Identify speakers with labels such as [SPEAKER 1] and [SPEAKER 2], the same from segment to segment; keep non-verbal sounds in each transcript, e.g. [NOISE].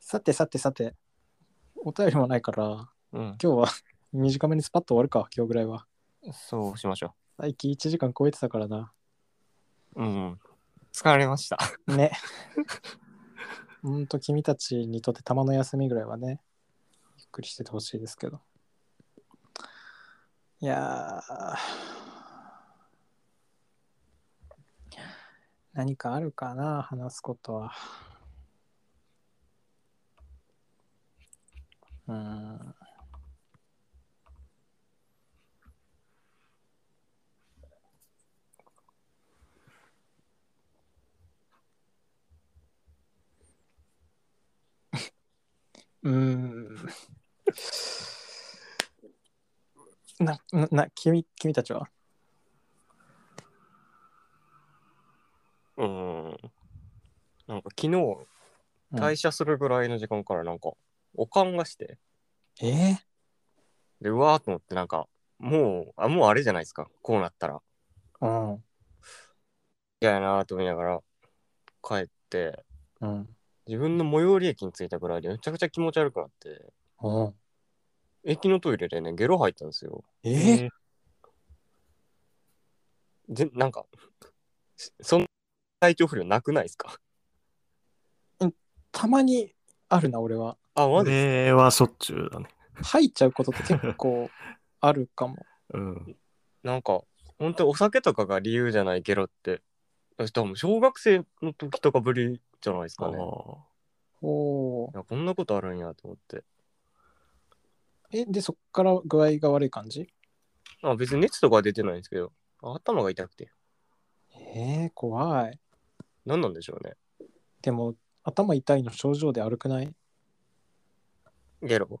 [SPEAKER 1] さてさてさて、お便りもないから、
[SPEAKER 2] う
[SPEAKER 1] 今
[SPEAKER 2] ん。
[SPEAKER 1] 日は [LAUGHS] 短めにスパッと終わるか、今日ぐらいは。
[SPEAKER 2] そうしましょ
[SPEAKER 1] 最近1時間超えてたからな。
[SPEAKER 2] う。うん、うん。疲れました。
[SPEAKER 1] ね。ほんと君たちにとってたまの休みぐらいはね、ゆっくりしててほしいですけど。いやー何かあるかな、話すことは。うーん。うーん。な、な、な君、君たちは
[SPEAKER 2] うん。なんか昨日、
[SPEAKER 1] うん
[SPEAKER 2] 退社するぐらいの時間からなんか、おかんがして、
[SPEAKER 1] えー
[SPEAKER 2] で、うわーと思ってなんか、もう、あ、もうあれじゃないですか。こうなったら。
[SPEAKER 1] うん。
[SPEAKER 2] 嫌やなーと思いながら帰って、
[SPEAKER 1] うん。
[SPEAKER 2] 自分の最寄り駅に着いたぐらいでめちゃくちゃ気持ち悪くなって、
[SPEAKER 1] うん。
[SPEAKER 2] 駅のトイレでね、ゲロ吐いたんですよ。
[SPEAKER 1] えー
[SPEAKER 2] ぜなんか、そんな体調不良なくないですか
[SPEAKER 1] たまにあるな、俺は。
[SPEAKER 2] あ、マ
[SPEAKER 3] こ
[SPEAKER 2] ジで
[SPEAKER 3] れはしょっちゅうだね。
[SPEAKER 1] 入っちゃうことって結構あるかも。 [LAUGHS]
[SPEAKER 3] うん。
[SPEAKER 2] なんか、本当にお酒とかが理由じゃないゲロって、多分小学生の時とかぶりじゃないです
[SPEAKER 3] あ
[SPEAKER 2] かね。
[SPEAKER 1] おー
[SPEAKER 2] いやこんなことあるんやと思って。
[SPEAKER 1] え、で、そっから具合が悪い感じ
[SPEAKER 2] あ別に熱とかは出てないんですけど、あ頭が痛くて。
[SPEAKER 1] えー、怖い。
[SPEAKER 2] 何なんでしょうね。
[SPEAKER 1] でも、頭痛いの症状で悪くない
[SPEAKER 2] ゲロ。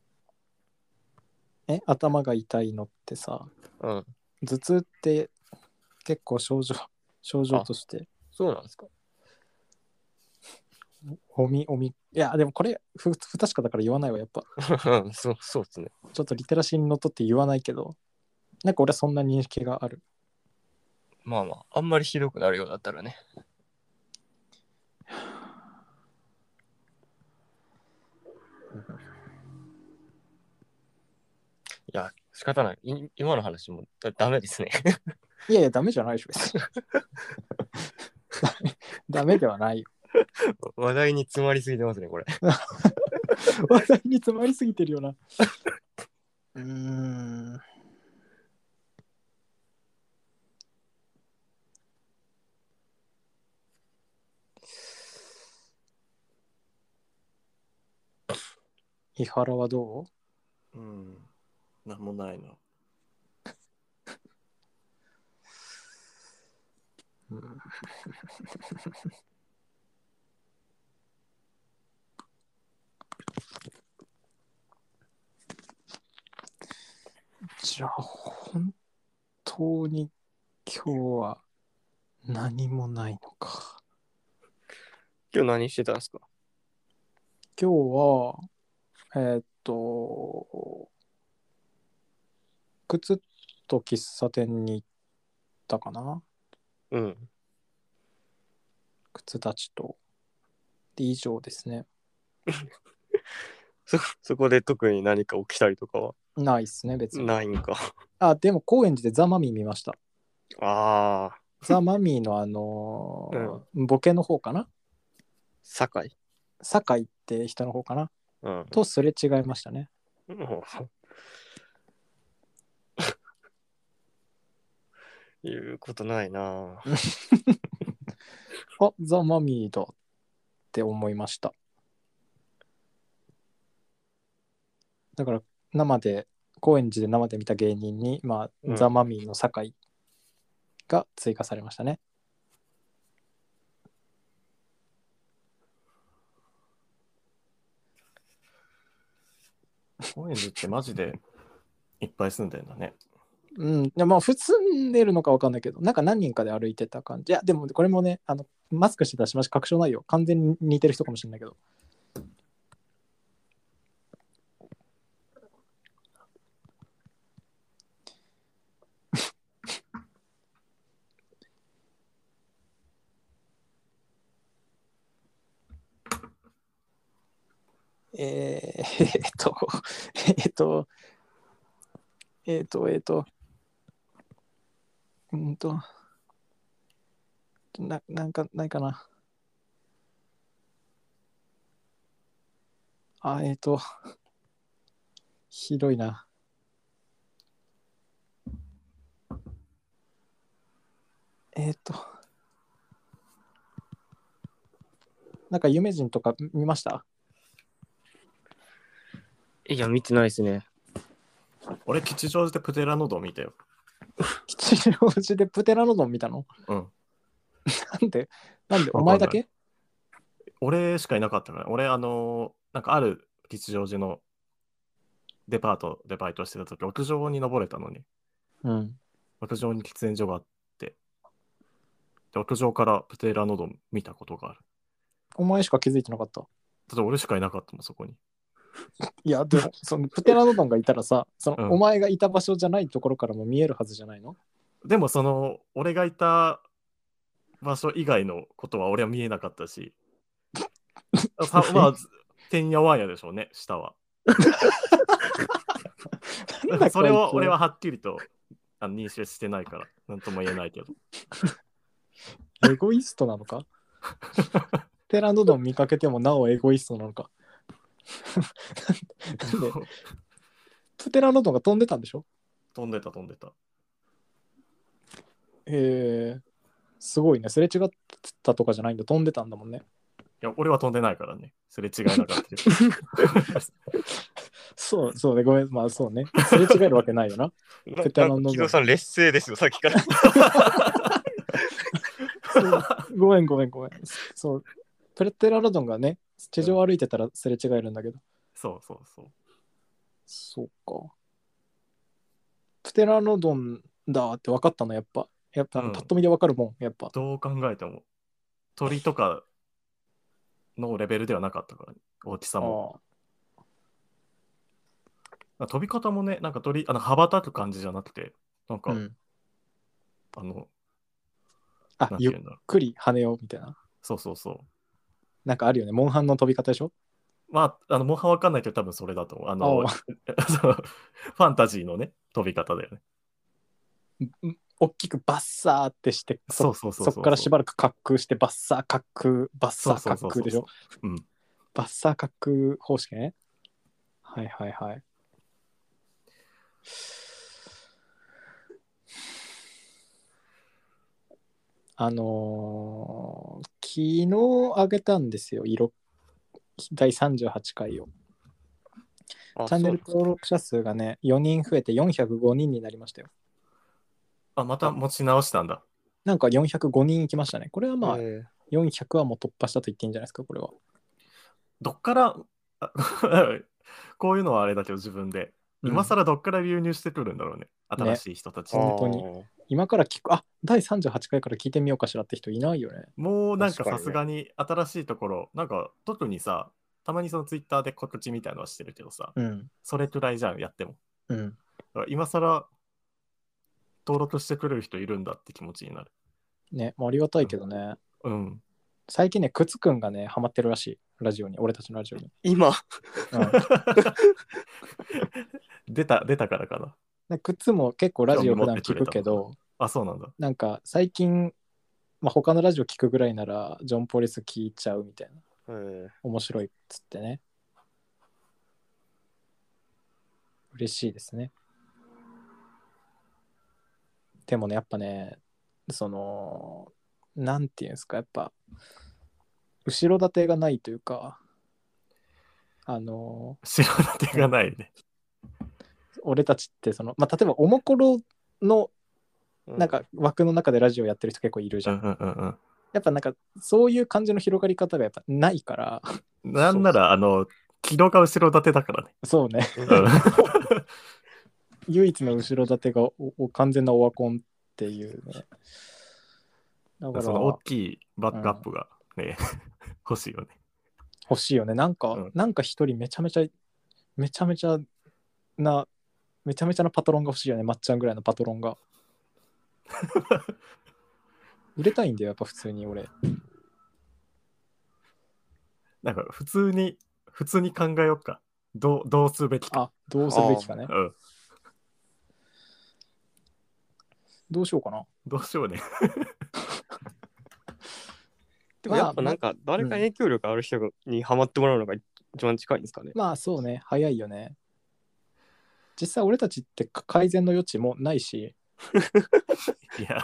[SPEAKER 1] え、頭が痛いのってさ、
[SPEAKER 2] うん。
[SPEAKER 1] 頭痛って結構症状、症状として、
[SPEAKER 2] そうなんですか。
[SPEAKER 1] おみ、おみ、いや、でもこれ不、不確かだから言わないわ、やっぱ。
[SPEAKER 2] うん [LAUGHS] そう、そうですね。
[SPEAKER 1] ちょっとリテラシーにのっとって言わないけど、なんか俺はそんな認識がある。
[SPEAKER 2] まあまあ、あんまりひどくなるようだったらね。いや、仕方ない。い今の話もだダメですね。
[SPEAKER 1] いやいや、ダメじゃないでしょ、別に。 [LAUGHS] ダメではないよ。
[SPEAKER 2] 話題に詰まりすぎてますね、これ。
[SPEAKER 1] 話題に詰まりすぎてるよな。うーん。伊原はどう
[SPEAKER 3] うん。なんもないの。
[SPEAKER 1] じゃあ、本当に今日は何もないのか。
[SPEAKER 2] 今日何してたんですか
[SPEAKER 1] 今日は、えーっと、靴と喫茶店に行ったかな。
[SPEAKER 2] うん。
[SPEAKER 1] 靴たちと。で、以上ですね。
[SPEAKER 2] そ、そこで特に何か起きたりとかは
[SPEAKER 1] ないっすね、別に。
[SPEAKER 2] ないんか。
[SPEAKER 1] あ、でも高円寺でザ・マミー見ました。
[SPEAKER 2] ああ、
[SPEAKER 1] ザ・マミーのあのー
[SPEAKER 2] [LAUGHS]
[SPEAKER 1] ボケの方かな
[SPEAKER 2] 酒井。
[SPEAKER 1] 酒井って人の方かな
[SPEAKER 2] うん。
[SPEAKER 1] とすれ違いましたね。
[SPEAKER 2] [LAUGHS] 言うことないなぁ。
[SPEAKER 1] あ、ザ・マミーだって思いました。だから生で、高円寺で生で見た芸人に、まあ、
[SPEAKER 2] うん
[SPEAKER 1] ザ・マミーの酒井が追加されましたね。
[SPEAKER 3] 高円寺ってマジでいっぱい住んでんだね。
[SPEAKER 1] うん、でまあ、普通に出るのか分かんないけど、なんか何人かで歩いてた感じ。いや、でもこれもね、あのマスクしてたしまし、確証ないよ。完全に似てる人かもしれないけど。えー、えっと、えっと、えっと、えっと、うんと、ななんかないかな。あ、えっと、ひどいな。えっと、なんか夢人とか見ました
[SPEAKER 2] いや、見てないですね。
[SPEAKER 3] 俺、吉祥寺でプテラノドン見たよ。
[SPEAKER 1] 吉祥寺でプテラノドン見たの
[SPEAKER 3] うん。
[SPEAKER 1] なんでなんで
[SPEAKER 3] わかんない
[SPEAKER 1] お前だけ
[SPEAKER 3] 俺しかいなかったから、俺、あのーなんかある吉祥寺のデパートでバイトしてた時、屋上に登れたのに、
[SPEAKER 1] うん。
[SPEAKER 3] 屋上に喫煙所があって、で屋上からプテラノドン見たことがある。
[SPEAKER 1] お前しか気づいてなかった。
[SPEAKER 3] ただ俺しかいなかったもん、そこに。
[SPEAKER 1] いや、
[SPEAKER 3] [LAUGHS]
[SPEAKER 1] でも、そのプテラノドンがいたらさ、その、
[SPEAKER 3] うん
[SPEAKER 1] お前がいた場所じゃないところからも見えるはずじゃないの
[SPEAKER 3] でも、その、俺がいた場所以外のことは俺は見えなかった
[SPEAKER 1] [LAUGHS]
[SPEAKER 3] し、さまあ、てんやわんやでしょうね、下は。
[SPEAKER 1] なんだ
[SPEAKER 3] それ
[SPEAKER 1] こい
[SPEAKER 3] を
[SPEAKER 1] つ
[SPEAKER 3] 俺ははっきりとあの認識してないから、なんとも言えないけど。
[SPEAKER 1] エゴイストなのかプテラノドン見かけてもなおエゴイストなのか [LAUGHS] なん [LAUGHS] でプテラノドンが飛んでたんでしょ
[SPEAKER 3] 飛んでた飛んでた。
[SPEAKER 1] へえすごいね。すれ違ってたとかじゃないんだ。飛んでたんだもんね。
[SPEAKER 3] いや、俺は飛んでないからね。すれ違いなかっ
[SPEAKER 1] [LAUGHS]
[SPEAKER 3] たけど。
[SPEAKER 1] そう、そうね。ごめん。まあそうね。すれ違えるわけないよ
[SPEAKER 3] [LAUGHS]
[SPEAKER 1] な。
[SPEAKER 2] な
[SPEAKER 1] ペタロ
[SPEAKER 2] な
[SPEAKER 1] ン
[SPEAKER 2] ん
[SPEAKER 1] の
[SPEAKER 2] か
[SPEAKER 1] 分
[SPEAKER 2] 木戸さん、劣勢ですよ、さっきから。 [LAUGHS]
[SPEAKER 1] ごめんごめんごめん。そう。プテラノドンがね、地上を歩いてたらすれ違えるんだけど。
[SPEAKER 3] そうそうそう。
[SPEAKER 1] そうか。プテラノドンだって分かったの、やっぱ。やっぱ、
[SPEAKER 3] うん
[SPEAKER 1] パッと見で分かるもん、やっぱ。
[SPEAKER 3] どう考えても、鳥とかのレベルではなかったから、ね、大きさ
[SPEAKER 1] あ
[SPEAKER 3] も。
[SPEAKER 1] あ
[SPEAKER 3] 飛び方もね、なんか鳥、あの羽ばたく感じじゃなくて、なんか、
[SPEAKER 1] うん、
[SPEAKER 3] あの、
[SPEAKER 1] あ
[SPEAKER 3] なんて
[SPEAKER 1] ゆっ
[SPEAKER 3] いうんだろう。
[SPEAKER 1] くり跳ねようみたいな。
[SPEAKER 3] そうそうそ
[SPEAKER 1] なんかあるよね。モンハンの飛び方でしょ
[SPEAKER 3] う。まあ、あの、もはわかんないけど、多分それだと思う。あ
[SPEAKER 1] あ
[SPEAKER 3] の、 [LAUGHS] そうファンタジーのね、飛び方だよね。
[SPEAKER 1] うん大きくバッサーってして、そ
[SPEAKER 3] そうそうそうう。
[SPEAKER 1] そっからしばらく滑空して、バッサー滑空、バッサー滑空でしょ
[SPEAKER 3] うん。
[SPEAKER 1] バッサー滑空方式ね。はいはいはい。あのー昨日あげたんですよ、色、第38回を。
[SPEAKER 2] あ
[SPEAKER 1] チャンネル登録者数がね、4人増えて405人になりましたよ。
[SPEAKER 3] あ、また持ち直したんだ。
[SPEAKER 1] なんか405人いきましたね。これはま
[SPEAKER 2] そ
[SPEAKER 1] あ
[SPEAKER 2] う、え
[SPEAKER 1] 400はもう突破したと言っていいんじゃないですか、これは。
[SPEAKER 3] どっから、あ [LAUGHS] こういうのはあれだけど自分で、今更どっから流入してくるんだろうね。新しい人たち
[SPEAKER 2] ー
[SPEAKER 3] に、
[SPEAKER 1] ね本当に
[SPEAKER 2] あー
[SPEAKER 1] 今から聞く、あ第38回から聞いてみようかしらって人いないよね。
[SPEAKER 3] もうなん
[SPEAKER 2] 確
[SPEAKER 3] か
[SPEAKER 2] かに
[SPEAKER 3] さ
[SPEAKER 2] ね
[SPEAKER 3] すがに新しいところ、なんか特にさ、たまにそのツイッターで告知みたいのはしてるけどさ、
[SPEAKER 1] うん。
[SPEAKER 3] それくらいじゃん、やっても。
[SPEAKER 1] うん。
[SPEAKER 3] だから今更登録してくれる人いるんだって気持ちになる。
[SPEAKER 1] ね、まあ、ありがたいけどね。
[SPEAKER 3] うん。
[SPEAKER 1] 最近ね、くつくんがね、ハマってるらしい。ラジオに、俺たちのラ
[SPEAKER 3] [LAUGHS]
[SPEAKER 1] ジオに。
[SPEAKER 2] 今、
[SPEAKER 1] うん
[SPEAKER 3] 出た、出たからかな。
[SPEAKER 1] で、くつも結構ラジオ普段聞くけど、
[SPEAKER 3] あ、そうなんだ。
[SPEAKER 1] なんか最近、まあ、他のラジオ聞くぐらいなら、ジョン・ポリス聞いちゃうみたいな。
[SPEAKER 2] えー
[SPEAKER 1] 面白いっつってね。嬉しいですね。でもね、やっぱね、その、なんていうんですか、やっぱ、後ろ盾がないというか、あの、
[SPEAKER 3] 知らな手がないね。
[SPEAKER 1] 俺たちって、その、まあ、例えば、おもころの、
[SPEAKER 2] う
[SPEAKER 1] なんか、枠の中でラジオやってる人結構いるじ
[SPEAKER 3] う
[SPEAKER 1] ゃ
[SPEAKER 3] ん
[SPEAKER 1] ん。
[SPEAKER 3] うんうんうん。
[SPEAKER 1] やっぱ、なんか、そういう感じの広がり方がやっぱないから、 [LAUGHS]
[SPEAKER 3] なんなら、あの、軌道が後ろ盾 [LAUGHS] だからね。
[SPEAKER 1] そうね、
[SPEAKER 2] [LAUGHS] うん
[SPEAKER 1] 唯一の後ろ盾がおお完全なオワコンっていうね。だか
[SPEAKER 3] その大
[SPEAKER 1] ら
[SPEAKER 3] きいバックアップがね、 [LAUGHS] 欲しいよね。
[SPEAKER 1] 欲しいよね。なんか、
[SPEAKER 3] うん
[SPEAKER 1] なんか一人めちゃめちゃ、めちゃめちゃな、めちゃめちゃなパトロンが欲しいよね。まっちゃんぐらいのパトロンが。売れたいんだよ、やっぱ普通に俺。
[SPEAKER 3] なんか普通に、普通に考えようか。どうどうすべきか。
[SPEAKER 1] あ、どうすべきかね。
[SPEAKER 3] うん。
[SPEAKER 1] どうしようかな。
[SPEAKER 3] どうしようね。 [LAUGHS]
[SPEAKER 2] でもやっぱなんか誰か影響力ある人にハマってもらうのが一番近いんですかね。
[SPEAKER 1] まあそうね、早いよね。実際俺たちって改善の余地もないし、
[SPEAKER 3] いや。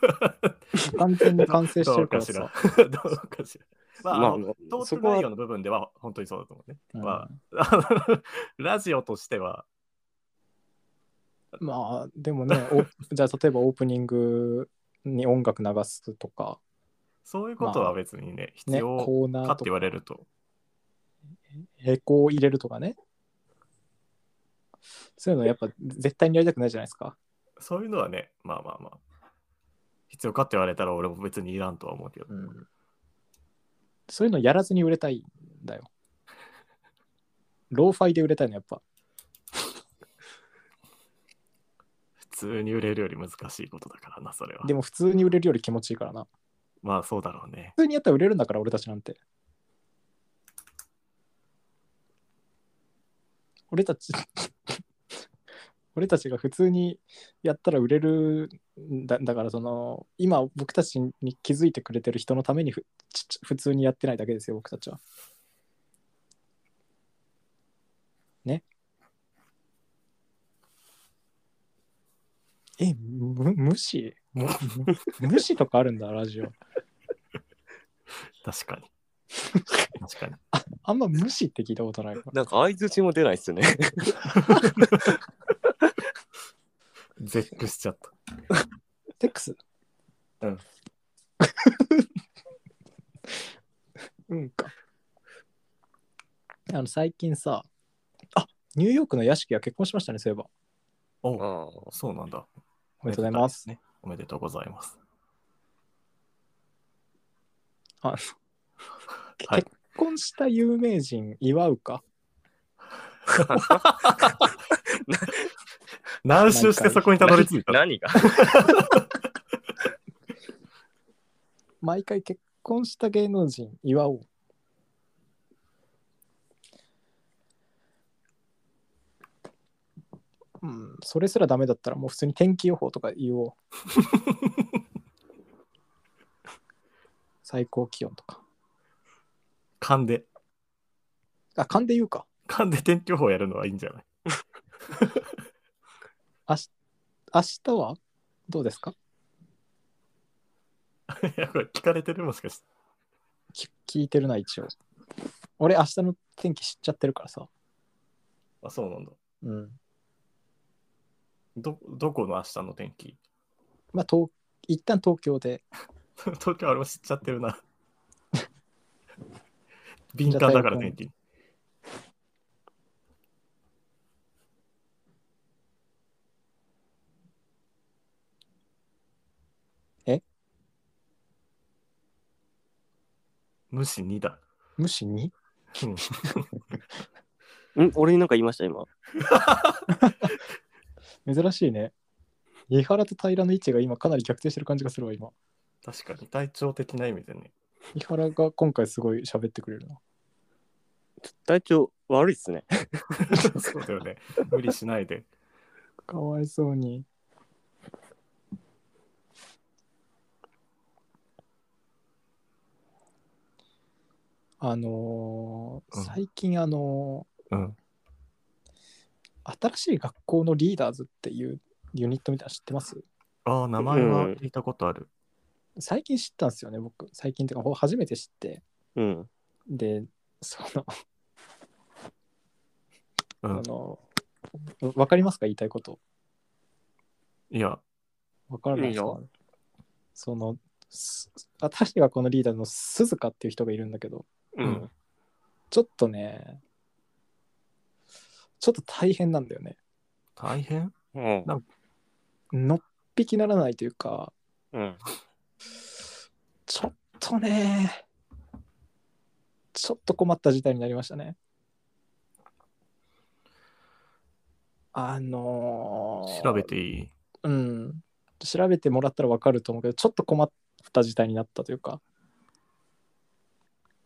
[SPEAKER 3] [LAUGHS]
[SPEAKER 1] 完全に完成して
[SPEAKER 3] どう
[SPEAKER 1] るか
[SPEAKER 3] からしら
[SPEAKER 1] さ。。
[SPEAKER 3] どうかしら。まあ、あ
[SPEAKER 2] まあ
[SPEAKER 3] の
[SPEAKER 2] まあ
[SPEAKER 3] トー
[SPEAKER 2] そ
[SPEAKER 3] ク
[SPEAKER 2] こは
[SPEAKER 3] 内容の部分では本当にそうだと思うね。
[SPEAKER 1] うん
[SPEAKER 3] まあ、ラジオとしては、
[SPEAKER 1] まあでもね、おじゃあ例えばオープニ [LAUGHS] ングに音楽流すとか、
[SPEAKER 3] そういうことは別にね、必
[SPEAKER 1] ね、
[SPEAKER 3] 要
[SPEAKER 1] コーナ
[SPEAKER 3] か
[SPEAKER 1] ー
[SPEAKER 3] って
[SPEAKER 1] と
[SPEAKER 3] 言わ
[SPEAKER 1] か、
[SPEAKER 3] れると。
[SPEAKER 1] へこを入れるとかね。そういうのやっぱ絶対にやりたくないじゃないですか。
[SPEAKER 3] そういうのはね、まあまあまあ。必要かって言われたら俺も別にいらんとは思うけど。
[SPEAKER 1] うん、そういうのやらずに売れたいんだよ。ローファイで売れたいのやっぱ。
[SPEAKER 3] 普通に売れるより難しいことだからな、それは。
[SPEAKER 1] でも普通に売れるより気持ちいいからな。
[SPEAKER 3] まあそうだろうね。
[SPEAKER 1] 普通にやったら売れるんだから俺たちなんて俺たち [LAUGHS] 俺たちが普通にやったら売れるんだだからその今僕たちに気づいてくれてる人のためにふちち普通にやってないだけですよ僕たちはねえむ無視 [LAUGHS] むむ無視とかあるんだラジオ
[SPEAKER 3] 確かに。
[SPEAKER 1] [LAUGHS]
[SPEAKER 3] 確かに。
[SPEAKER 1] あんま無視って聞いたことないから。
[SPEAKER 2] なんか相づちも出ないっすよね。
[SPEAKER 3] 絶句しちゃった。
[SPEAKER 1] セックス
[SPEAKER 3] うん。
[SPEAKER 1] [LAUGHS] うんか。あの、最近さ、あニューヨークの屋敷が結婚しましたね、そういえば。
[SPEAKER 3] おう
[SPEAKER 2] ああ
[SPEAKER 3] そうなんだ。
[SPEAKER 1] おめでとうございます。
[SPEAKER 3] ね。おめでとうございます。
[SPEAKER 1] あ
[SPEAKER 3] はい
[SPEAKER 1] 結婚した有名人祝うか。
[SPEAKER 3] 何周してそこにたどり着いた
[SPEAKER 2] 何が
[SPEAKER 1] 毎回結婚した芸能人祝おう。うん、それすらダメだったらもう普通に天気予報とか言おう。最高気温とか。
[SPEAKER 3] 勘で。
[SPEAKER 1] あ、勘で言うか。
[SPEAKER 3] 勘で天気予報やるのはいいんじゃない [LAUGHS]
[SPEAKER 1] 明日はどうですか
[SPEAKER 3] いや、これ聞かれてるもしかして。
[SPEAKER 1] き聞いてるな、一応。俺、明日の天気知っちゃってるからさ。
[SPEAKER 3] あ、そうなんだ。
[SPEAKER 1] うん。
[SPEAKER 3] ど、どこの明日の天気
[SPEAKER 1] まあ、東一旦東京で。
[SPEAKER 3] [LAUGHS] 東京あれも知っちゃって
[SPEAKER 2] [LAUGHS]
[SPEAKER 3] るな。敏感だから天気。
[SPEAKER 1] え
[SPEAKER 3] 無視2だ。
[SPEAKER 1] 無視に
[SPEAKER 3] うん
[SPEAKER 2] ん俺になんか言いました今。
[SPEAKER 1] 珍しいね。伊原と平の位置が今かなり逆転してる感じがするわ、今。
[SPEAKER 3] 確かに体調的な意味
[SPEAKER 2] [LAUGHS]
[SPEAKER 3] でね。
[SPEAKER 1] 伊原が今回すごい喋ってくれるな。
[SPEAKER 2] 体調悪いっすね。
[SPEAKER 3] そうだよね。無理しないで。
[SPEAKER 1] かわいそうに。あのー
[SPEAKER 3] うん
[SPEAKER 1] 最近あの
[SPEAKER 3] うん。
[SPEAKER 1] ー新しい学校のリーダーズっていうユニットみたいなの知ってます
[SPEAKER 3] ああ、名前は聞いたことある。
[SPEAKER 1] 最近知ったんですよね、僕。最近っていうか、ほ初めて知って。
[SPEAKER 2] うん。
[SPEAKER 1] で、その、
[SPEAKER 3] うん
[SPEAKER 1] あの、わかりますか言いたいこと。
[SPEAKER 3] いや、。
[SPEAKER 1] わからない
[SPEAKER 2] いい
[SPEAKER 1] ですか
[SPEAKER 2] よ
[SPEAKER 1] その、す私がこのリーダーの鈴鹿っていう人がいるんだけど、
[SPEAKER 2] うん
[SPEAKER 1] ちょっとね、ちょっと大変なんだよね。
[SPEAKER 3] 大変
[SPEAKER 2] うん。
[SPEAKER 1] のっぴきならないというか、
[SPEAKER 2] うん。
[SPEAKER 1] ちょっとね、ちょっと困った事態になりましたね。あのー
[SPEAKER 3] 調べていい
[SPEAKER 1] うん、調べてもらったら分かると思うけどちょっと困った事態になったというか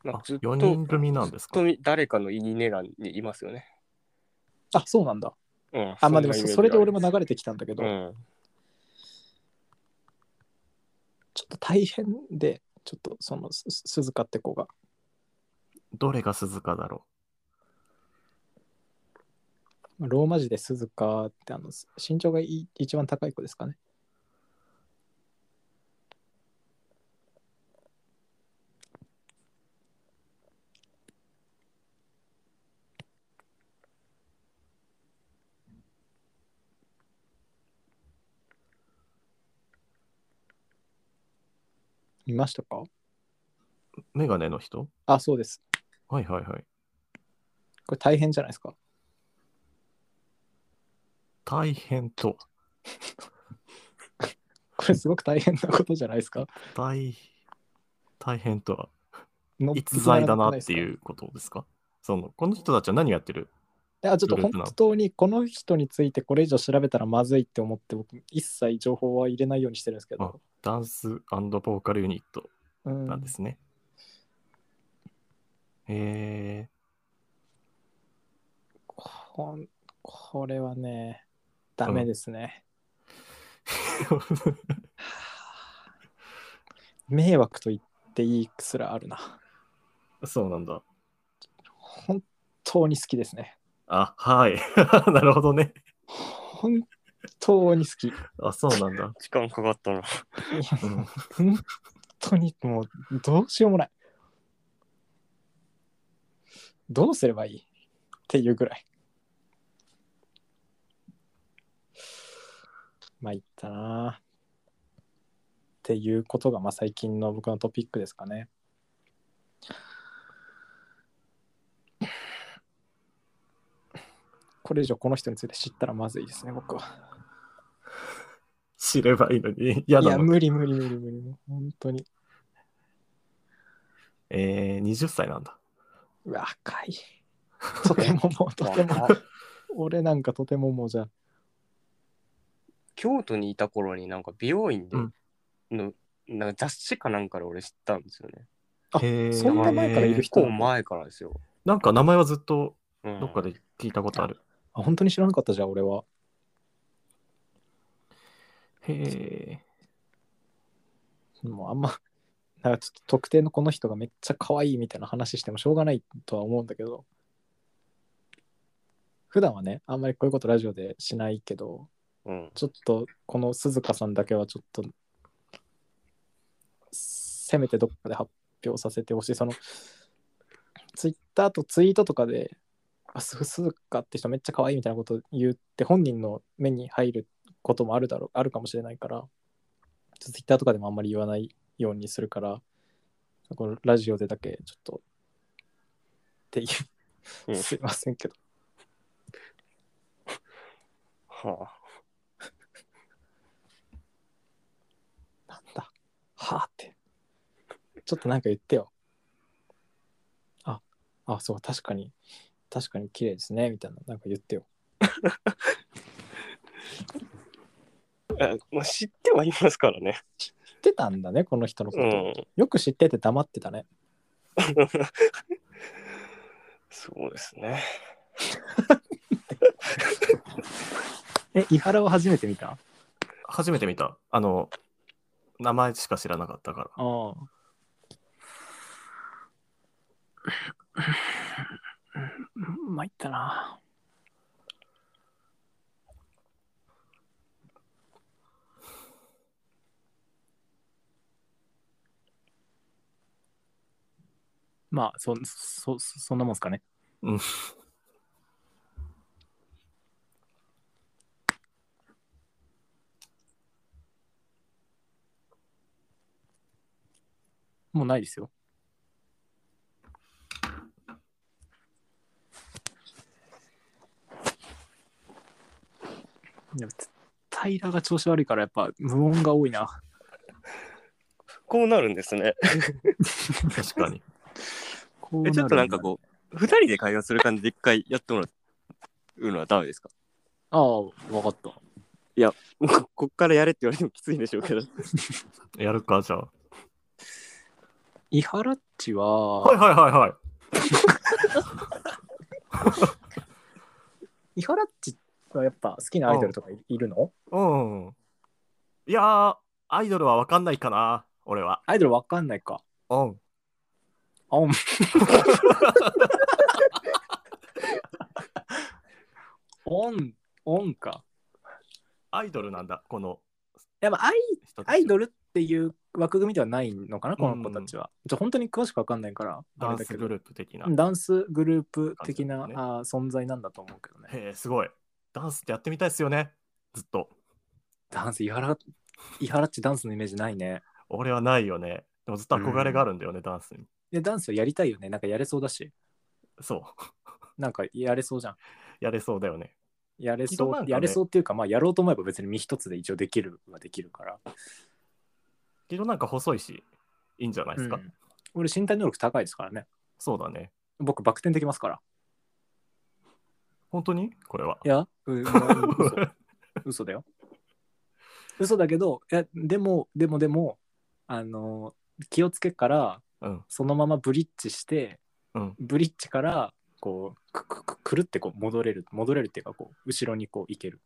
[SPEAKER 2] なん
[SPEAKER 3] あ
[SPEAKER 2] かずっと
[SPEAKER 3] 4人組なんですか
[SPEAKER 2] ずっと誰かのイニネラにいますよね。
[SPEAKER 1] あそうなんだ
[SPEAKER 2] うん、
[SPEAKER 1] あまあでも
[SPEAKER 2] んなイメージ
[SPEAKER 1] それで俺も
[SPEAKER 2] があ
[SPEAKER 1] 流れてきたんだけど、
[SPEAKER 2] るうん、
[SPEAKER 1] ちょっと大変でちょっとそのす鈴鹿って子が
[SPEAKER 3] どれが鈴鹿だろ
[SPEAKER 1] まあローマ字で鈴鹿ってあの身長がい一番高い子ですかね見ましたか
[SPEAKER 3] うメガネの人
[SPEAKER 1] あそうです
[SPEAKER 3] はいはいはい。
[SPEAKER 1] これ大変じゃないですか
[SPEAKER 3] 大変と。
[SPEAKER 1] これすごく大変なことじゃないですか
[SPEAKER 3] 大、大変とは、
[SPEAKER 1] の
[SPEAKER 3] 逸材だなって
[SPEAKER 1] 逸材じゃないですか
[SPEAKER 3] いうことですかその、この人たちは何やってる
[SPEAKER 1] いやちょっと本当にこの人についてこれ以上調べたらまずいって思って僕一切情報は入れないようにしてるんですけど、
[SPEAKER 3] ダンスボーカルユニット
[SPEAKER 1] うん
[SPEAKER 3] なんですね。え
[SPEAKER 1] こんこれはねダメですね、
[SPEAKER 3] ー、
[SPEAKER 1] 迷惑と言っていいくすらあるな
[SPEAKER 3] そうなんだ。
[SPEAKER 1] 本当に好きですね
[SPEAKER 3] あ、はい。 [LAUGHS] なるほどね。
[SPEAKER 1] 本当に好きい
[SPEAKER 3] あ、そうなんだ。
[SPEAKER 2] 時間かかったな。
[SPEAKER 1] や
[SPEAKER 3] うん
[SPEAKER 1] 本当にもうどうしようもないどうすればいいっていうぐらいまあいったなっていうことがまあ最近の僕のトピックですかねこれ以上この人について知ったらまずいですね僕は
[SPEAKER 3] 知ればいいのに嫌
[SPEAKER 1] い
[SPEAKER 3] な
[SPEAKER 1] や
[SPEAKER 3] の。
[SPEAKER 1] 無理無理無理無理もう本当に
[SPEAKER 3] えー、20歳なんだ。
[SPEAKER 1] うわ若い。とてももう、とても、俺なんかとてももうじゃあ
[SPEAKER 2] 京都にいた頃になんか美容院で
[SPEAKER 3] うん
[SPEAKER 2] の、なんか雑誌かなんかで俺知ったんですよね。
[SPEAKER 1] あ
[SPEAKER 3] へー
[SPEAKER 1] そんな前からいる
[SPEAKER 2] 結
[SPEAKER 1] 人
[SPEAKER 2] 構前からですよ。
[SPEAKER 3] なんか名前はずっと
[SPEAKER 2] うん
[SPEAKER 3] どっかで聞いたことある。
[SPEAKER 1] あ本当に知らなかったじゃん、俺は。
[SPEAKER 3] へ
[SPEAKER 1] もうあんま、なんかちょっと特定のこの人がめっちゃ可愛いみたいな話してもしょうがないとは思うんだけど、普段はね、あんまりこういうことラジオでしないけど、
[SPEAKER 2] うん。
[SPEAKER 1] ちょっとこの鈴鹿さんだけはちょっと、せめてどっかで発表させてほしい。その、ツイッターとツイートとかで、あ、す鈴鹿って人めっちゃ可愛いみたいなこと言って、本人の目に入ることもあるだろう、あるかもしれないから、ツイッターとかでもあんまり言わないようにするから、このラジオでだけちょっと、っていうう、
[SPEAKER 2] ん
[SPEAKER 1] [LAUGHS] すいませんけど、
[SPEAKER 2] はあ、
[SPEAKER 1] なんだ、はあって。ちょっとなんか言ってよ。あ、あ、そう、確かに、確かに綺麗ですね、みたいな、なんか言ってよ。
[SPEAKER 2] えまあ、知ってはいますからね。
[SPEAKER 1] 知ってたんだね、この人のこ
[SPEAKER 2] う
[SPEAKER 1] と。
[SPEAKER 2] ん。
[SPEAKER 1] よく知ってて黙ってたね。
[SPEAKER 2] そうですね。
[SPEAKER 1] え、伊原を初めて見たあ
[SPEAKER 3] ー初めて見た。あの、名前しか知らなかったから。
[SPEAKER 1] あ。まいったな。まあ、そ、そ、そんなもんすかね。
[SPEAKER 3] うん
[SPEAKER 1] もうないですよ。いや絶対平が調子悪いからやっぱ無音が多いな。
[SPEAKER 2] こうなるんですね。
[SPEAKER 1] [LAUGHS]
[SPEAKER 3] 確かに。
[SPEAKER 1] こう
[SPEAKER 2] えちょっとなん
[SPEAKER 1] るだ
[SPEAKER 2] かこう、二人で会話する感じで一回やってもらうのはダメですか
[SPEAKER 1] ああ、わかった。
[SPEAKER 2] ここっからやれって言われてもきついんでしょうけど。
[SPEAKER 3] やるか、じゃあ。
[SPEAKER 1] 伊原っちは、
[SPEAKER 3] はいはいはいはい。
[SPEAKER 1] 伊原っちはやっぱ好きなアイドルとかいいるの
[SPEAKER 3] うん。いやー、アイドルは分かんないかな、俺は。
[SPEAKER 1] アイドルわかんないか。
[SPEAKER 3] うん。
[SPEAKER 1] あ
[SPEAKER 2] [LAUGHS]
[SPEAKER 1] ん。 [LAUGHS] オン、オンか。
[SPEAKER 3] アイドルなんだ、この
[SPEAKER 1] やっぱアイ
[SPEAKER 3] 人たちは
[SPEAKER 1] アイドルっていう枠組みではないのかな、この子たちは。ちょ本当に詳しくわかんないから、
[SPEAKER 3] ダン
[SPEAKER 1] あれだ
[SPEAKER 3] ス
[SPEAKER 1] け
[SPEAKER 3] グ
[SPEAKER 1] ど
[SPEAKER 3] ループ的な。
[SPEAKER 1] うんダンスグループ的な、
[SPEAKER 3] 感じだ
[SPEAKER 1] あー存在なんだと思うけどね。
[SPEAKER 3] へえ、すごい。ダンスってやってみたいですよね。ずっと。
[SPEAKER 1] ダンス、伊原、伊原っちダンスのイメージないね。
[SPEAKER 3] 俺はないよね。でもずっと憧れがあるんだよね、ダンスに。
[SPEAKER 1] で、ダンスはやりたいよね。なんかやれそうだし。
[SPEAKER 3] そう。
[SPEAKER 1] なんかやれそうじゃん。
[SPEAKER 3] やれそうだよね。
[SPEAKER 1] やれ
[SPEAKER 3] きっ
[SPEAKER 1] そ
[SPEAKER 3] と
[SPEAKER 1] う、
[SPEAKER 3] なんかね
[SPEAKER 1] やれそうっていうか、まあやろうと思えば別に身一つで一応できるはできるから。
[SPEAKER 3] けどなんか細いし、いいんじゃないですか。
[SPEAKER 1] うん俺、身体能力高いですからね。
[SPEAKER 3] そうだね。
[SPEAKER 1] 僕、バク転できますから。
[SPEAKER 3] 本当にこれは。
[SPEAKER 1] いや、う嘘嘘だよ。嘘だけど、いや、でも、でも、でも、あの、気をつけから、
[SPEAKER 3] [LAUGHS] うん。
[SPEAKER 1] そのままブリッジして、
[SPEAKER 3] うん
[SPEAKER 1] ブリッジから、こう、くくくくるってこう戻れる、戻れるっていうか、こう、後ろにこう行ける。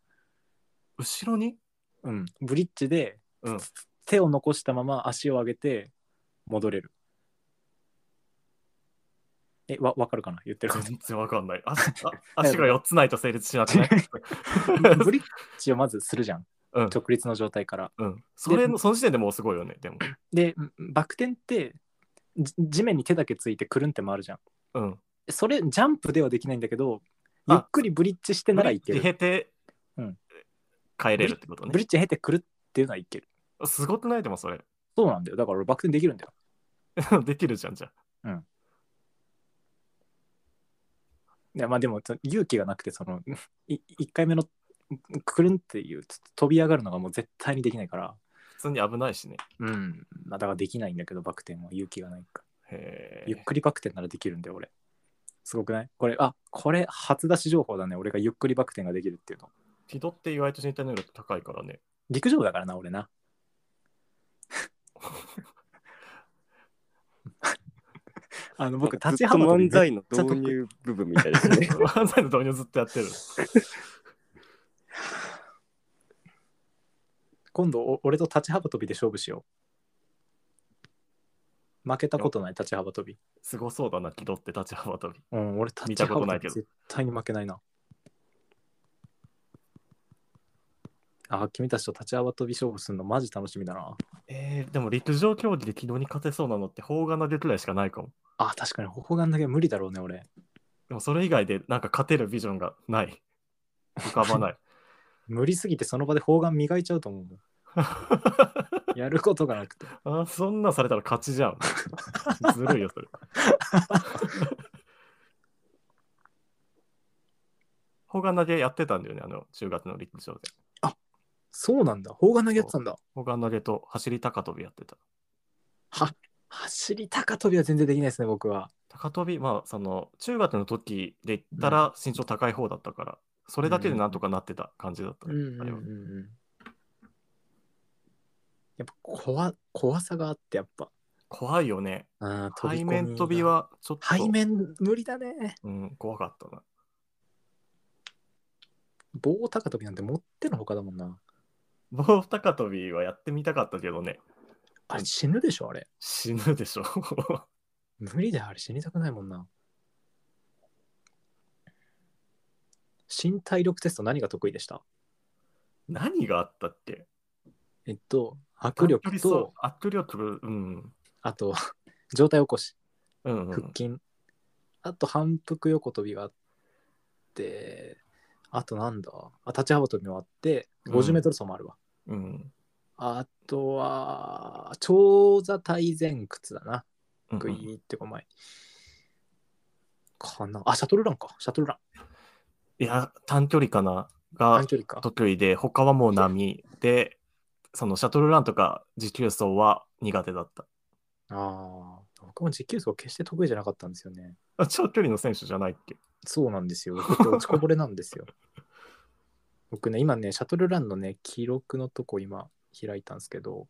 [SPEAKER 3] 後ろに
[SPEAKER 1] うん。ブリッジで、
[SPEAKER 3] うん
[SPEAKER 1] 手を残したまま足を上げて、戻れる。え、わ、わかるかな言ってること。
[SPEAKER 3] [LAUGHS] 全然わか
[SPEAKER 1] [LAUGHS]
[SPEAKER 3] んない。足あ足が4つないと成立しなくない
[SPEAKER 1] [LAUGHS] ブリッジをまずするじゃん。
[SPEAKER 3] うん
[SPEAKER 1] 直立の状態から。
[SPEAKER 3] うん。それの、その時点でもうすごいよね、でも。
[SPEAKER 1] でんバク転ってじ地面に手だけついてくるんって回るじゃん
[SPEAKER 3] うん。
[SPEAKER 1] それジャンプではできないんだけど
[SPEAKER 3] あ
[SPEAKER 1] ゆっくりブリッジしてならいける
[SPEAKER 3] ブリッジ経て、
[SPEAKER 1] うん
[SPEAKER 3] 帰れるってことね
[SPEAKER 1] ブ。リッジ経てくるっていうのはいける
[SPEAKER 3] すごくないでもそれ。 [LAUGHS]
[SPEAKER 1] そうなんだよだから俺バク転できるんだよ
[SPEAKER 3] できるじゃんじゃ
[SPEAKER 1] いやまあでもその勇気がなくてその1回目のくるんっていうつ飛び上がるのがもう絶対にできないから
[SPEAKER 3] 普通に危ないしね。
[SPEAKER 1] うんまあだからできないんだけどバク転は勇気がないから
[SPEAKER 3] へ
[SPEAKER 1] ゆっ
[SPEAKER 3] え。
[SPEAKER 1] くりバク転ならできるんだよ俺すごくないこれあこれ初出し情報だね俺がゆっくりバク転ができるっていうの
[SPEAKER 3] ピドって意外と身体能力高いからね。
[SPEAKER 1] 陸上部だからな俺な [LAUGHS] あ [LAUGHS] の僕立ち幅跳び
[SPEAKER 2] 漫
[SPEAKER 1] め
[SPEAKER 2] 才の導入部分みたいです
[SPEAKER 3] [LAUGHS]
[SPEAKER 2] ね。
[SPEAKER 3] 漫才の導入ずっとやってる。
[SPEAKER 1] 今度お俺と立ち幅跳びで勝負しよう負けたことない立ち幅跳び
[SPEAKER 3] すごそうだな、ピドって立ち幅跳び。
[SPEAKER 1] うん俺立
[SPEAKER 3] 見
[SPEAKER 1] ち
[SPEAKER 3] たこ
[SPEAKER 1] 幅
[SPEAKER 3] とな
[SPEAKER 1] 跳
[SPEAKER 3] いけ
[SPEAKER 1] び
[SPEAKER 3] ど
[SPEAKER 1] 絶対に負けないなあ君たちと立ち幅跳び勝負するのマジ楽しみだな
[SPEAKER 3] えー、でも陸上競技で軌道に勝てそうなのって砲丸投げくらいしかないかも。
[SPEAKER 1] あ確かにここがんだけ無理だろうね俺
[SPEAKER 3] でもそれ以外でなんか勝てるビジョンがない。浮かばない。
[SPEAKER 1] 無理すぎてその場で砲丸磨いちゃうと思うもん
[SPEAKER 3] [LAUGHS]
[SPEAKER 1] やることがなくて
[SPEAKER 3] あそんなんされたら勝ちじゃ
[SPEAKER 1] [LAUGHS]
[SPEAKER 3] ん。ずるいよ、それ。砲丸投げやってたんだよね、あの、中学の陸上で。
[SPEAKER 1] そうなんだ。砲丸投げやってたんだ。
[SPEAKER 3] 砲丸投げと走り高跳びやってた。
[SPEAKER 1] 走り高跳びは全然できないですね、僕は。
[SPEAKER 3] 高跳び、まあ、その、中学の時で言ったら身長高い方だったから、それだけでなんとかなってた感じだった。あれは
[SPEAKER 1] やっぱ怖怖さがあって、やっぱ。
[SPEAKER 3] 怖いよね。
[SPEAKER 1] あー
[SPEAKER 3] 背
[SPEAKER 1] 込みが
[SPEAKER 3] 面跳びはちょっと、
[SPEAKER 1] 背面無理だね。
[SPEAKER 3] うん、怖かったな。
[SPEAKER 1] 棒高跳びなんて持ってのほかだもんな。
[SPEAKER 3] 棒高跳びはやってみたかったけどね、
[SPEAKER 1] あれ死ぬでしょ、あれ。
[SPEAKER 3] 死ぬでしょ。 [LAUGHS]
[SPEAKER 1] 無理だよ、あれ死にたくないもんな。身体力テスト何が得意でした
[SPEAKER 3] 何があったっけ
[SPEAKER 1] えっと、握力と、
[SPEAKER 3] 握力、うん。
[SPEAKER 1] あと、 [LAUGHS] 上体起こし。
[SPEAKER 3] うん、う
[SPEAKER 1] 腹
[SPEAKER 3] ん。
[SPEAKER 1] 筋、あと反復横跳びがあってあとなんだあ立ち幅跳びもあって
[SPEAKER 3] うん
[SPEAKER 1] 50m 走もあるわ、
[SPEAKER 3] うん。
[SPEAKER 1] あとは長座体前屈だな
[SPEAKER 3] うん
[SPEAKER 1] グイーって5枚、かなあシャトルランかシャトルラン
[SPEAKER 3] いや、短距離かなが
[SPEAKER 1] 短距離か
[SPEAKER 3] 得意で、他はもう波で、そのシャトルランとか持久走は苦手だった。
[SPEAKER 1] ああ僕も持久走決して得意じゃなかったんですよね
[SPEAKER 3] あ長距離の選手じゃないっけ
[SPEAKER 1] そうなん
[SPEAKER 3] [LAUGHS]
[SPEAKER 1] ですよ僕って落ちこぼれなんですよ僕ね今ねシャトルランのね記録のとこ今開いたんですけど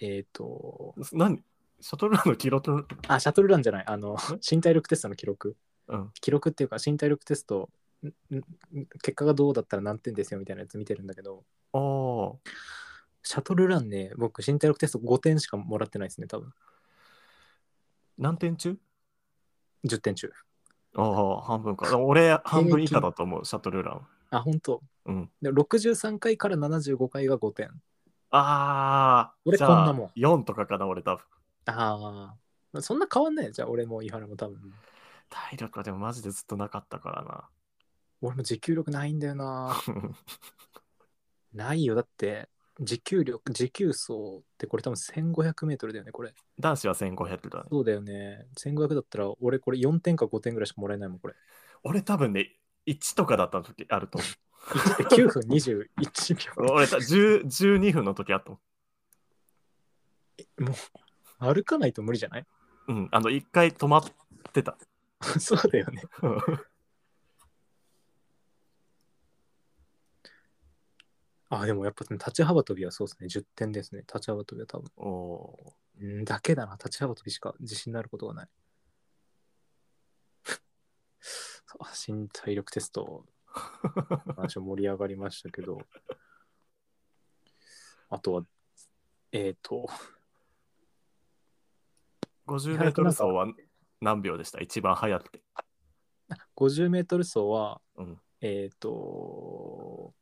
[SPEAKER 1] えっ、ー、と
[SPEAKER 3] 何シャトルランの記録、
[SPEAKER 1] あ、シャトルランじゃない。あの、身体力テストの記録。
[SPEAKER 3] うん、
[SPEAKER 1] 記録っていうか、身体力テスト、んん結果がどうだったら何点ですよみたいなやつ見てるんだけど、
[SPEAKER 3] ああ、
[SPEAKER 1] シャトルランね、僕、身体力テスト5点しかもらってないですね、多分。
[SPEAKER 3] 何点中
[SPEAKER 1] 10点中。
[SPEAKER 3] ああ、半分か。俺、半分以下だと思う、シャトルラン。
[SPEAKER 1] あ、本当。
[SPEAKER 3] うん。
[SPEAKER 1] で63回から75回が5点。
[SPEAKER 3] ああ、
[SPEAKER 1] 俺
[SPEAKER 3] じゃ
[SPEAKER 1] こ
[SPEAKER 3] あ
[SPEAKER 1] んなもん
[SPEAKER 3] 4とかかな、俺多分。
[SPEAKER 1] ああ。そんな変わんないよじゃあ、俺も井原も多分。
[SPEAKER 3] 体力はでもマジでずっとなかったか
[SPEAKER 1] 俺も持久力ないんだよな。
[SPEAKER 3] らな。 [LAUGHS]
[SPEAKER 1] ないよ。だって、持久力、持久走ってこれ多分1500メートルだよね、これ。
[SPEAKER 3] 男子は1500だね。
[SPEAKER 1] そうだよね。1500だったら、俺これ4点か5点ぐらいしかもらえないもん、これ。
[SPEAKER 3] 俺多分ね、1とかだった時あると思
[SPEAKER 1] 9分21
[SPEAKER 3] う。 [LAUGHS]
[SPEAKER 1] 秒。
[SPEAKER 3] 俺た10 12分の時あったも
[SPEAKER 1] 歩かないと無理じゃない [LAUGHS]
[SPEAKER 3] ん。うん、あの、1回止まってた。 [LAUGHS]
[SPEAKER 1] そうだよね。あ、でもやっぱ立ち幅跳びはそうですね。10点ですね。立ち幅跳びは多分。
[SPEAKER 3] おお
[SPEAKER 1] うんだけだな。立ち幅跳びしか自信のあることがない。 [LAUGHS] あ身体力テス
[SPEAKER 3] [LAUGHS]
[SPEAKER 1] ト、
[SPEAKER 3] ー。
[SPEAKER 1] 話盛り上がりましたけど。あとは、えっ、と、
[SPEAKER 3] 50メートル走は何秒でした一番速くて。
[SPEAKER 1] 50メートル走は、
[SPEAKER 3] うん
[SPEAKER 1] えっ、と、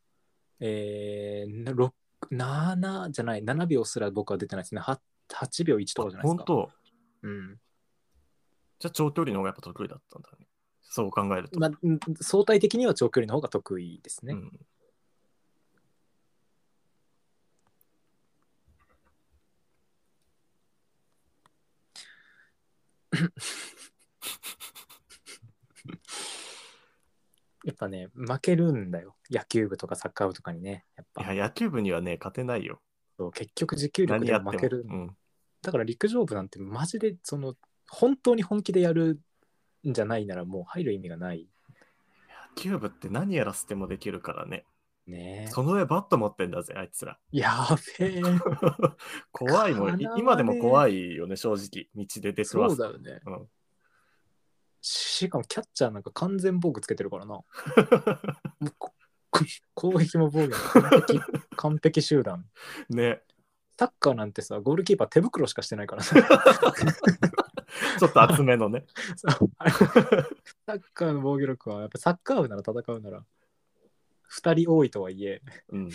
[SPEAKER 1] えー、6、7じゃない、7秒すら僕は出てないですね。8, 8秒1とかじゃないです
[SPEAKER 3] 本
[SPEAKER 1] か。
[SPEAKER 3] 当
[SPEAKER 1] うん。
[SPEAKER 3] じゃあ長距離の方がやっぱ得意だったんだね。そう考えると。
[SPEAKER 1] まあ、ん相対的には長距離の方が得意ですね。
[SPEAKER 3] うん、
[SPEAKER 1] やっぱね、負けるんだよ。野球部とかサッカー部とかにね。やっぱ
[SPEAKER 3] いや、野球部にはね、勝てないよ。
[SPEAKER 1] そう結局持久力
[SPEAKER 3] 何
[SPEAKER 1] で
[SPEAKER 3] や
[SPEAKER 1] は
[SPEAKER 3] っても。
[SPEAKER 1] 負ける。
[SPEAKER 3] うん、
[SPEAKER 1] だから陸上部なんてマジで、その、本当に本気でやるんじゃないならもう入る意味がない。
[SPEAKER 3] 野球部って何やらせてもできるからね。
[SPEAKER 1] ね
[SPEAKER 3] その上バット持ってんだぜ、あいつら。
[SPEAKER 1] やべ
[SPEAKER 3] [LAUGHS]
[SPEAKER 1] え。
[SPEAKER 3] 怖いも
[SPEAKER 1] か
[SPEAKER 3] ん。い
[SPEAKER 1] なわね
[SPEAKER 3] 今でも怖いよね、正直。道で出く
[SPEAKER 1] そ
[SPEAKER 3] わ
[SPEAKER 1] う
[SPEAKER 3] す。
[SPEAKER 1] だよね。
[SPEAKER 3] うん
[SPEAKER 1] しかもキャッチャーなんか完全防具つけてるから
[SPEAKER 3] [LAUGHS]
[SPEAKER 1] な。もうこ [LAUGHS] こ攻撃も防御も完
[SPEAKER 3] [LAUGHS]
[SPEAKER 1] 璧完璧集団。
[SPEAKER 3] ね。
[SPEAKER 1] サッカーなんてさ、ゴールキーパー手袋しかしてないから
[SPEAKER 3] [LAUGHS]
[SPEAKER 1] さ。
[SPEAKER 3] ちょっと厚めのね。
[SPEAKER 1] そうサッカーの防御力は、やっぱサッカー部なら戦うなら、2人多いとはいえ、
[SPEAKER 3] うん。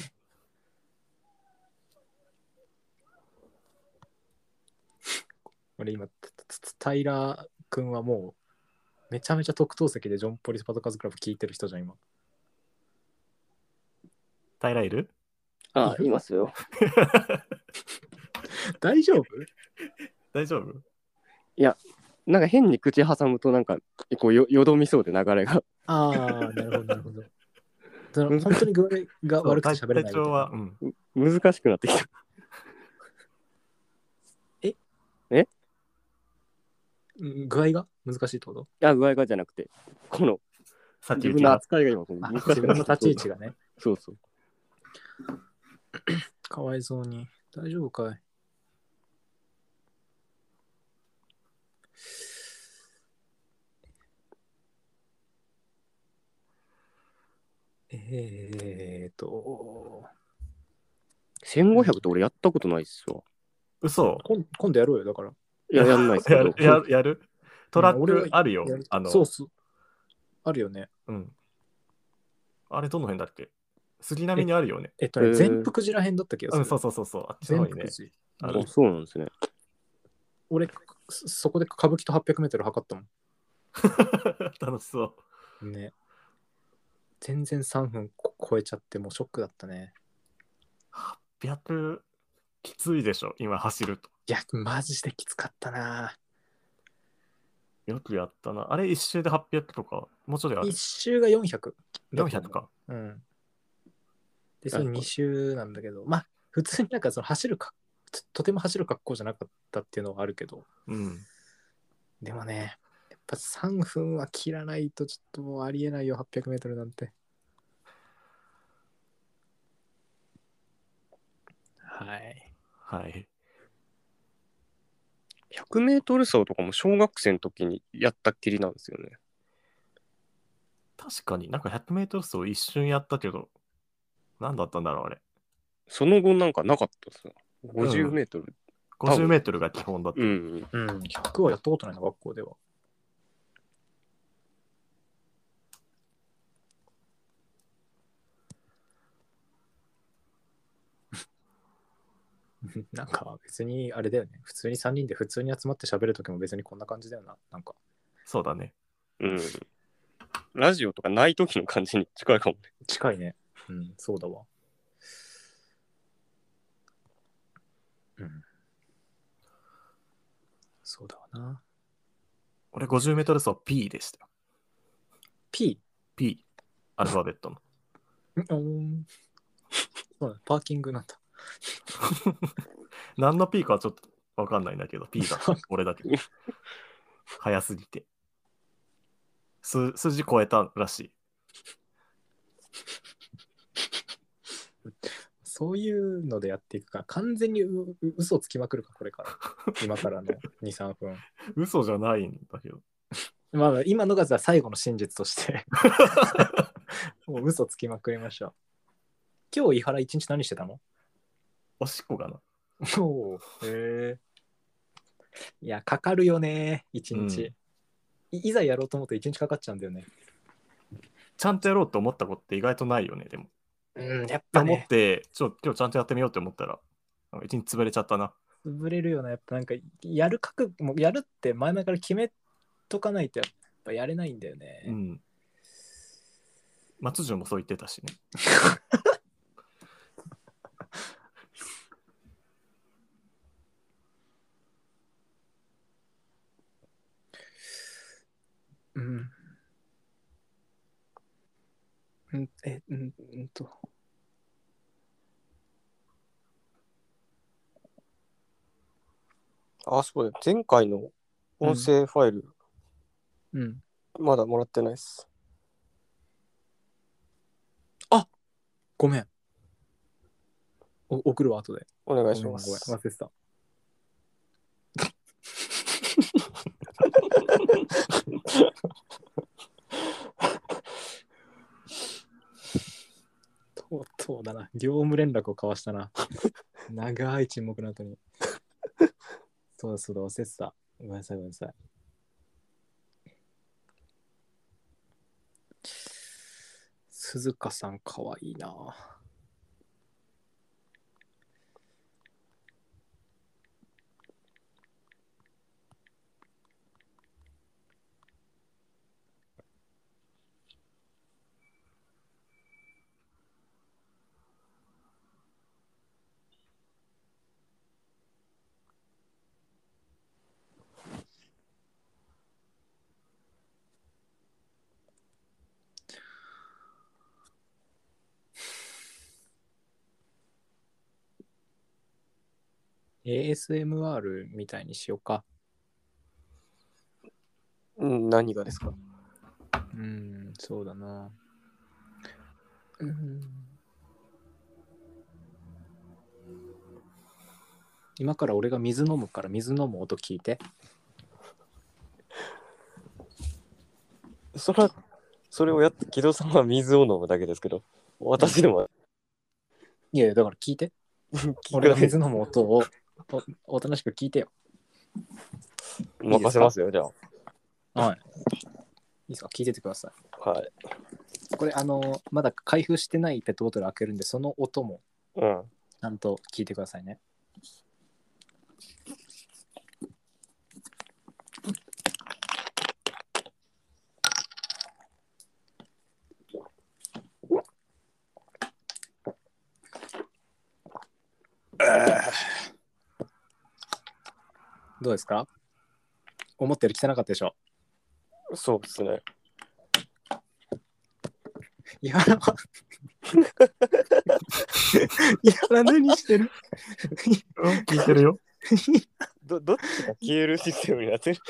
[SPEAKER 1] 俺今、タイラー君はもう、めちゃめちゃ特等席でジョン・ポリスパトカズクラブ聞いてる人じゃん、今。
[SPEAKER 3] 平いる
[SPEAKER 1] あ
[SPEAKER 4] [LAUGHS] あ、いますよ。
[SPEAKER 1] 大丈夫
[SPEAKER 3] 大丈夫
[SPEAKER 4] なんか変に口挟むと、なんか、こうよ、よどみそうで流れ
[SPEAKER 2] [LAUGHS]
[SPEAKER 4] が。
[SPEAKER 1] ああ、なるほど、なるほど。その本当に具合が悪くて喋れないみたい
[SPEAKER 3] 体調
[SPEAKER 1] な
[SPEAKER 3] は、うん。
[SPEAKER 4] 難しくなってきた。
[SPEAKER 1] うん具合が難しいってこと
[SPEAKER 4] あ、具合がじゃなくて、この、
[SPEAKER 3] 先
[SPEAKER 4] 自分
[SPEAKER 3] 行き
[SPEAKER 4] の
[SPEAKER 3] が。
[SPEAKER 4] 扱いが今、
[SPEAKER 1] あ
[SPEAKER 4] 難しくなってき
[SPEAKER 1] 自
[SPEAKER 4] た
[SPEAKER 1] 分の立ち位置がね。
[SPEAKER 4] そうそう。
[SPEAKER 1] かわいそうに。大丈夫かいえーっと、
[SPEAKER 4] 1500って俺やったことないっすわ。
[SPEAKER 3] 嘘
[SPEAKER 1] こん今度やろうよ、だから。
[SPEAKER 4] いや、やんないっすけ
[SPEAKER 3] や
[SPEAKER 1] [LAUGHS]
[SPEAKER 4] ど
[SPEAKER 3] る。やるやるトラッ
[SPEAKER 1] 俺は
[SPEAKER 3] クあるよ
[SPEAKER 1] やる。
[SPEAKER 3] あの、
[SPEAKER 1] そうそう。あるよね。
[SPEAKER 3] うん。あれ、どの辺だっけ杉並にあるよね。
[SPEAKER 1] えっとね、
[SPEAKER 4] えー
[SPEAKER 1] 全福寺らへんだった気がす
[SPEAKER 3] う
[SPEAKER 1] る。
[SPEAKER 3] ん、そうそうそうそう。あっちの
[SPEAKER 1] 全
[SPEAKER 3] 方にね
[SPEAKER 1] 福。寺。
[SPEAKER 4] あ
[SPEAKER 3] ある
[SPEAKER 4] そうなんですね。
[SPEAKER 1] 俺、そそこで歌舞伎と800メートル測ったも
[SPEAKER 3] 楽しそう。
[SPEAKER 1] ん。ね。全然3分こ超えちゃって、もうショックだったね。
[SPEAKER 3] 800、きついでしょ、今走ると。
[SPEAKER 1] いや、マジできつかったな。
[SPEAKER 3] よくやったな。あれ、一周で800とか、もうちょっとやる
[SPEAKER 1] 一。周が400。
[SPEAKER 3] 400。か。
[SPEAKER 1] うん。で、それ2周なんだけど、まあ、普通になんかその走るか、ととても走る格好じゃなかったっていうのはあるけど、
[SPEAKER 3] うん。
[SPEAKER 1] でもね、やっぱ3分は切らないとちょっともうありえないよ、800メートルなんて。はい。
[SPEAKER 3] はい。
[SPEAKER 2] 100メートル走とかも小学生の時にやったっきりなんですよね。
[SPEAKER 3] 確かになんか100メートル走一瞬やったけど、何だったんだろうあれ。
[SPEAKER 2] その後なんかなかったですよ。50メートル。多
[SPEAKER 3] 50
[SPEAKER 2] 分
[SPEAKER 3] メートルが基本だった。
[SPEAKER 2] うん。
[SPEAKER 1] うん、100はやったことないな、学校では。 [LAUGHS] なんか別にあれだよね。普通に3人で普通に集まって喋るときも別にこんな感じだよな。なんか。
[SPEAKER 3] そうだね。
[SPEAKER 2] うん。ラジオとかない時の感じに近いかもね。
[SPEAKER 1] 近いね。うん、そうだわ。うん。そうだわな。
[SPEAKER 3] 俺50メートル走 P でしたよ。
[SPEAKER 1] P。
[SPEAKER 3] P。アルファベットの。
[SPEAKER 1] うん。そうだパーキングなんだ。
[SPEAKER 3] 何の P かはちょっとわかんないんだけど、P だ [LAUGHS] った。俺だけ。早すぎて。数数字超えたらしい。
[SPEAKER 1] そういうのでやっていくか。完全にうう嘘つきまくるか、これから。 [LAUGHS] 今からの2、3分。
[SPEAKER 3] 嘘じゃないんだけど。
[SPEAKER 1] まあ、今のがさ最後の真実と [LAUGHS] して。もう嘘つきまくりましょう。今日、井原一日何してたの
[SPEAKER 3] おしっこかな。
[SPEAKER 1] おへえ。いや、かかるよね、一日、い。いざやろうと思うと一日かかっちゃうんだよね。
[SPEAKER 3] ちゃんとやろうと思ったことって意外とないよね、でも。
[SPEAKER 1] うん、やっ
[SPEAKER 3] 思っ。て、ちょ、今日ちゃんとやってみようって思ったら、なんか一日潰れちゃったな。
[SPEAKER 1] 潰れるよな、やっぱなんか、やる覚悟、もうやるって前々から決めとかないと、やっぱやれないんだよね。
[SPEAKER 3] うん。松潤もそう言ってたしね。
[SPEAKER 1] うん。うん、え、うん、うんと。
[SPEAKER 2] あ、そうだ。前回の音声ファイル、
[SPEAKER 1] うん。
[SPEAKER 2] まだもらってないです。
[SPEAKER 1] ごめん。お送るわ、後で。
[SPEAKER 2] お願
[SPEAKER 1] お
[SPEAKER 2] いします。
[SPEAKER 1] 忘れてた。とうとうだな。業務連絡を交わしたな。長い沈黙の後に。そうだそうだ、忘れてた。ごめんなさい、ごめんなさい。鈴鹿さん、かわいいな。ASMR みたいにしようか。
[SPEAKER 2] うん、何がですか
[SPEAKER 1] うん、そうだな。うん。今から俺が水飲むから水飲む音聞いて。
[SPEAKER 2] それは、それをやって、木戸さんは水を飲むだけですけど、私でも、
[SPEAKER 1] いやいや、だから聞いて。俺が水飲む音をおおとなしく聞いてよ。
[SPEAKER 2] 任せますよ、じゃ
[SPEAKER 1] はい。いいですか聞いててくださ
[SPEAKER 2] あ。はい。
[SPEAKER 1] い。これ、あの、まだ開封してないペットボトル開けるんで、その音も
[SPEAKER 2] うん。
[SPEAKER 1] ちゃんと聞いてくださいね。どうですか思ったより汚かったでしょ
[SPEAKER 2] そうですね。
[SPEAKER 1] いや [LAUGHS] らは。いやら何してる
[SPEAKER 3] うん、聞いてるよ。
[SPEAKER 2] ど、どっちが消えるシステムになってる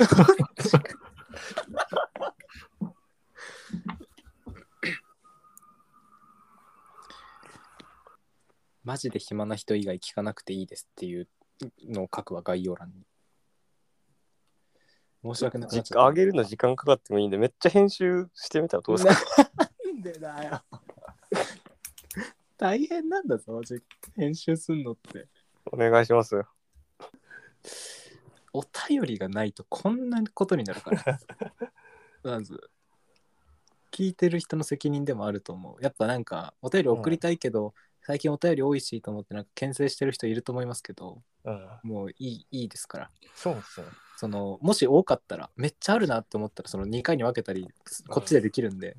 [SPEAKER 1] マジで暇な人以外聞かなくていいですっていうのを書くわ、概要欄に。申し訳なくなっち
[SPEAKER 2] 実
[SPEAKER 1] ゃった
[SPEAKER 2] 家上げるの時間かかってもいいんで、めっちゃ編集してみたらどうですか
[SPEAKER 1] なんでだよ。大変なんだぞ、じ編集すんのって。
[SPEAKER 2] お願いします。
[SPEAKER 1] お便りがないとこんなことになるから。まず、聞いてる人の責任でもあると思う。やっぱなんか、お便り送りたいけど、最近お便り多いしと思って、なんか、牽制してる人いると思いますけど、
[SPEAKER 2] うん。
[SPEAKER 1] もういいいいですから。
[SPEAKER 2] そうですね。
[SPEAKER 1] そのもし多かったらめっちゃあるなって思ったらその2回に分けたりこっちでできるんで、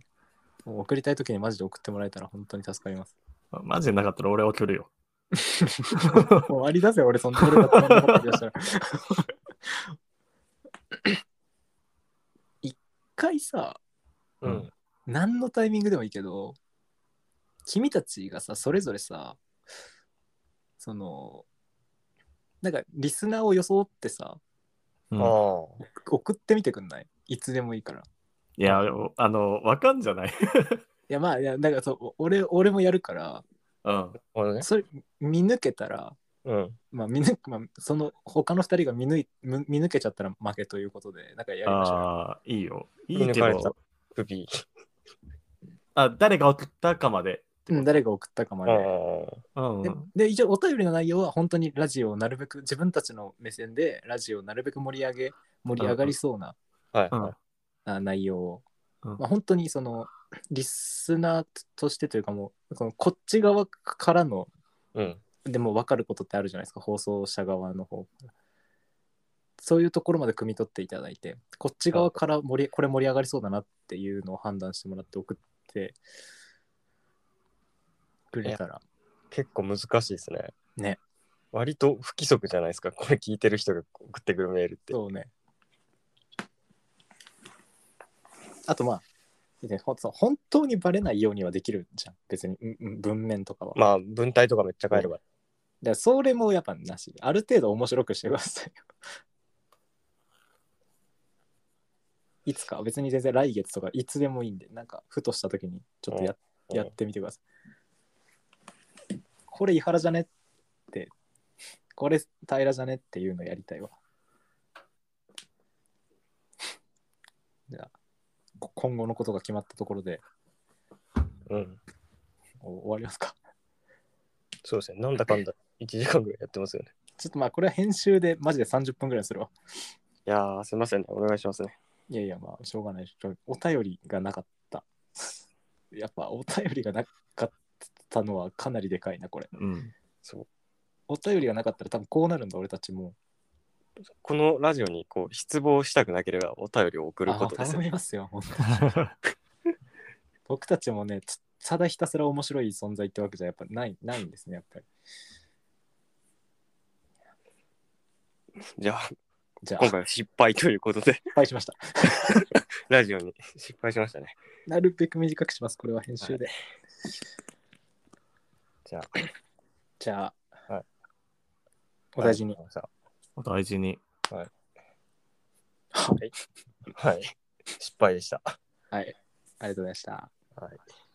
[SPEAKER 1] もう送りたい時にマジで送ってもらえたら本当に助かります
[SPEAKER 3] [LAUGHS] あマジでなかったら俺は送るよ。
[SPEAKER 1] もう [LAUGHS] 終わりだぜ俺そんな俺だったら思ってましたら一回さ
[SPEAKER 2] う
[SPEAKER 3] うん
[SPEAKER 2] ん。
[SPEAKER 1] 何のタイミングでもいいけど君たちがさそれぞれさそのなんかリスナーを装ってさ
[SPEAKER 3] うん
[SPEAKER 2] あ
[SPEAKER 1] 送ってみてくんないいつでもいいから
[SPEAKER 3] いや、あの、わかんじゃない。
[SPEAKER 1] いやまあいやだからそうお俺俺もやるから
[SPEAKER 3] うん。
[SPEAKER 2] あ。なるほどね。
[SPEAKER 1] それ見抜けたら、
[SPEAKER 2] うん。
[SPEAKER 1] まあ見抜まあ、その他の2人が見抜いむ見抜けちゃったら負けということで、なんかやりましょうよ。
[SPEAKER 3] ああ、いいよ。い
[SPEAKER 2] 見
[SPEAKER 3] いけ
[SPEAKER 2] 抜かれた
[SPEAKER 3] ど、。
[SPEAKER 2] 首。
[SPEAKER 3] あ、誰が送ったかまで。
[SPEAKER 1] うん誰が送ったかま
[SPEAKER 2] ああ。
[SPEAKER 1] で。
[SPEAKER 3] うん。
[SPEAKER 1] でで一応お便りの内容は本当にラジオをなるべく自分たちの目線でラジオをなるべく盛り上げ盛り上がりそうな
[SPEAKER 2] はい。
[SPEAKER 3] うん
[SPEAKER 1] あ内容を、
[SPEAKER 3] うん
[SPEAKER 1] まあ、本当にそのリスナーとしてというかもうこのこっち側からの
[SPEAKER 2] うん。
[SPEAKER 1] でも分かることってあるじゃないですか放送者側の方からそういうところまで汲み取っていただいてこっち側から盛りこれ盛り上がりそうだなっていうのを判断してもらって送ってくれたら
[SPEAKER 2] 結構難しいですね。
[SPEAKER 1] ね。
[SPEAKER 2] 割と不規則じゃないですか。これ聞いてる人が送ってくるメールって。
[SPEAKER 1] そうねあとまあねほんそう本当にバレないようにはできるじゃん別にうんうん文面とかは、だか
[SPEAKER 2] まあ、文体とかめっちゃ変えれば。
[SPEAKER 1] らそれもやっぱなしある程度面白くしてくださいよ [LAUGHS] いつか別に全然来月とかいつでもいいんでなんかふとした時にちょっとや,、
[SPEAKER 2] うん
[SPEAKER 1] やってみてくださいこれ伊原じゃねってこれ平じゃねっていうのやりたいわ [LAUGHS] じゃあこ今後のことが決まったところで
[SPEAKER 2] うん。
[SPEAKER 1] お終わりますか
[SPEAKER 2] そうですね。なんだかんだ1時間ぐらいやってますよね。
[SPEAKER 1] ちょっとまあこれは編集でマジで30分ぐらいにするわ
[SPEAKER 2] いやー、すいませんね。お願いしますね。
[SPEAKER 1] いやいや、まあ、しょうがないし。お便りがなかった。 [LAUGHS] やっぱ、お便りがなかったのはかなりでかいな、これ。
[SPEAKER 3] うん。
[SPEAKER 2] そう。
[SPEAKER 1] お便りがなかったら多分こうなるんだ、俺たちも。
[SPEAKER 2] このラジオにこう失望したくなければお便りを送ること
[SPEAKER 1] あ
[SPEAKER 2] です
[SPEAKER 1] 頼
[SPEAKER 2] よ。
[SPEAKER 1] みますよ、本当に [LAUGHS] 僕たちもね、つただひたすら面白い存在ってわけじゃやっぱない、ないんですね、やっぱり。
[SPEAKER 2] じゃあ、
[SPEAKER 1] じゃあ、
[SPEAKER 2] 今回は失敗ということで、
[SPEAKER 1] 失敗しました。
[SPEAKER 2] ラジオに失敗しましたね。
[SPEAKER 1] なるべく短くします、これは編集で。
[SPEAKER 2] じゃ
[SPEAKER 1] じゃあ、
[SPEAKER 2] はい
[SPEAKER 1] お大事に。。
[SPEAKER 3] お大事に。
[SPEAKER 2] はい。失敗でした。
[SPEAKER 1] [LAUGHS] はい、ありがとうございました。
[SPEAKER 2] はい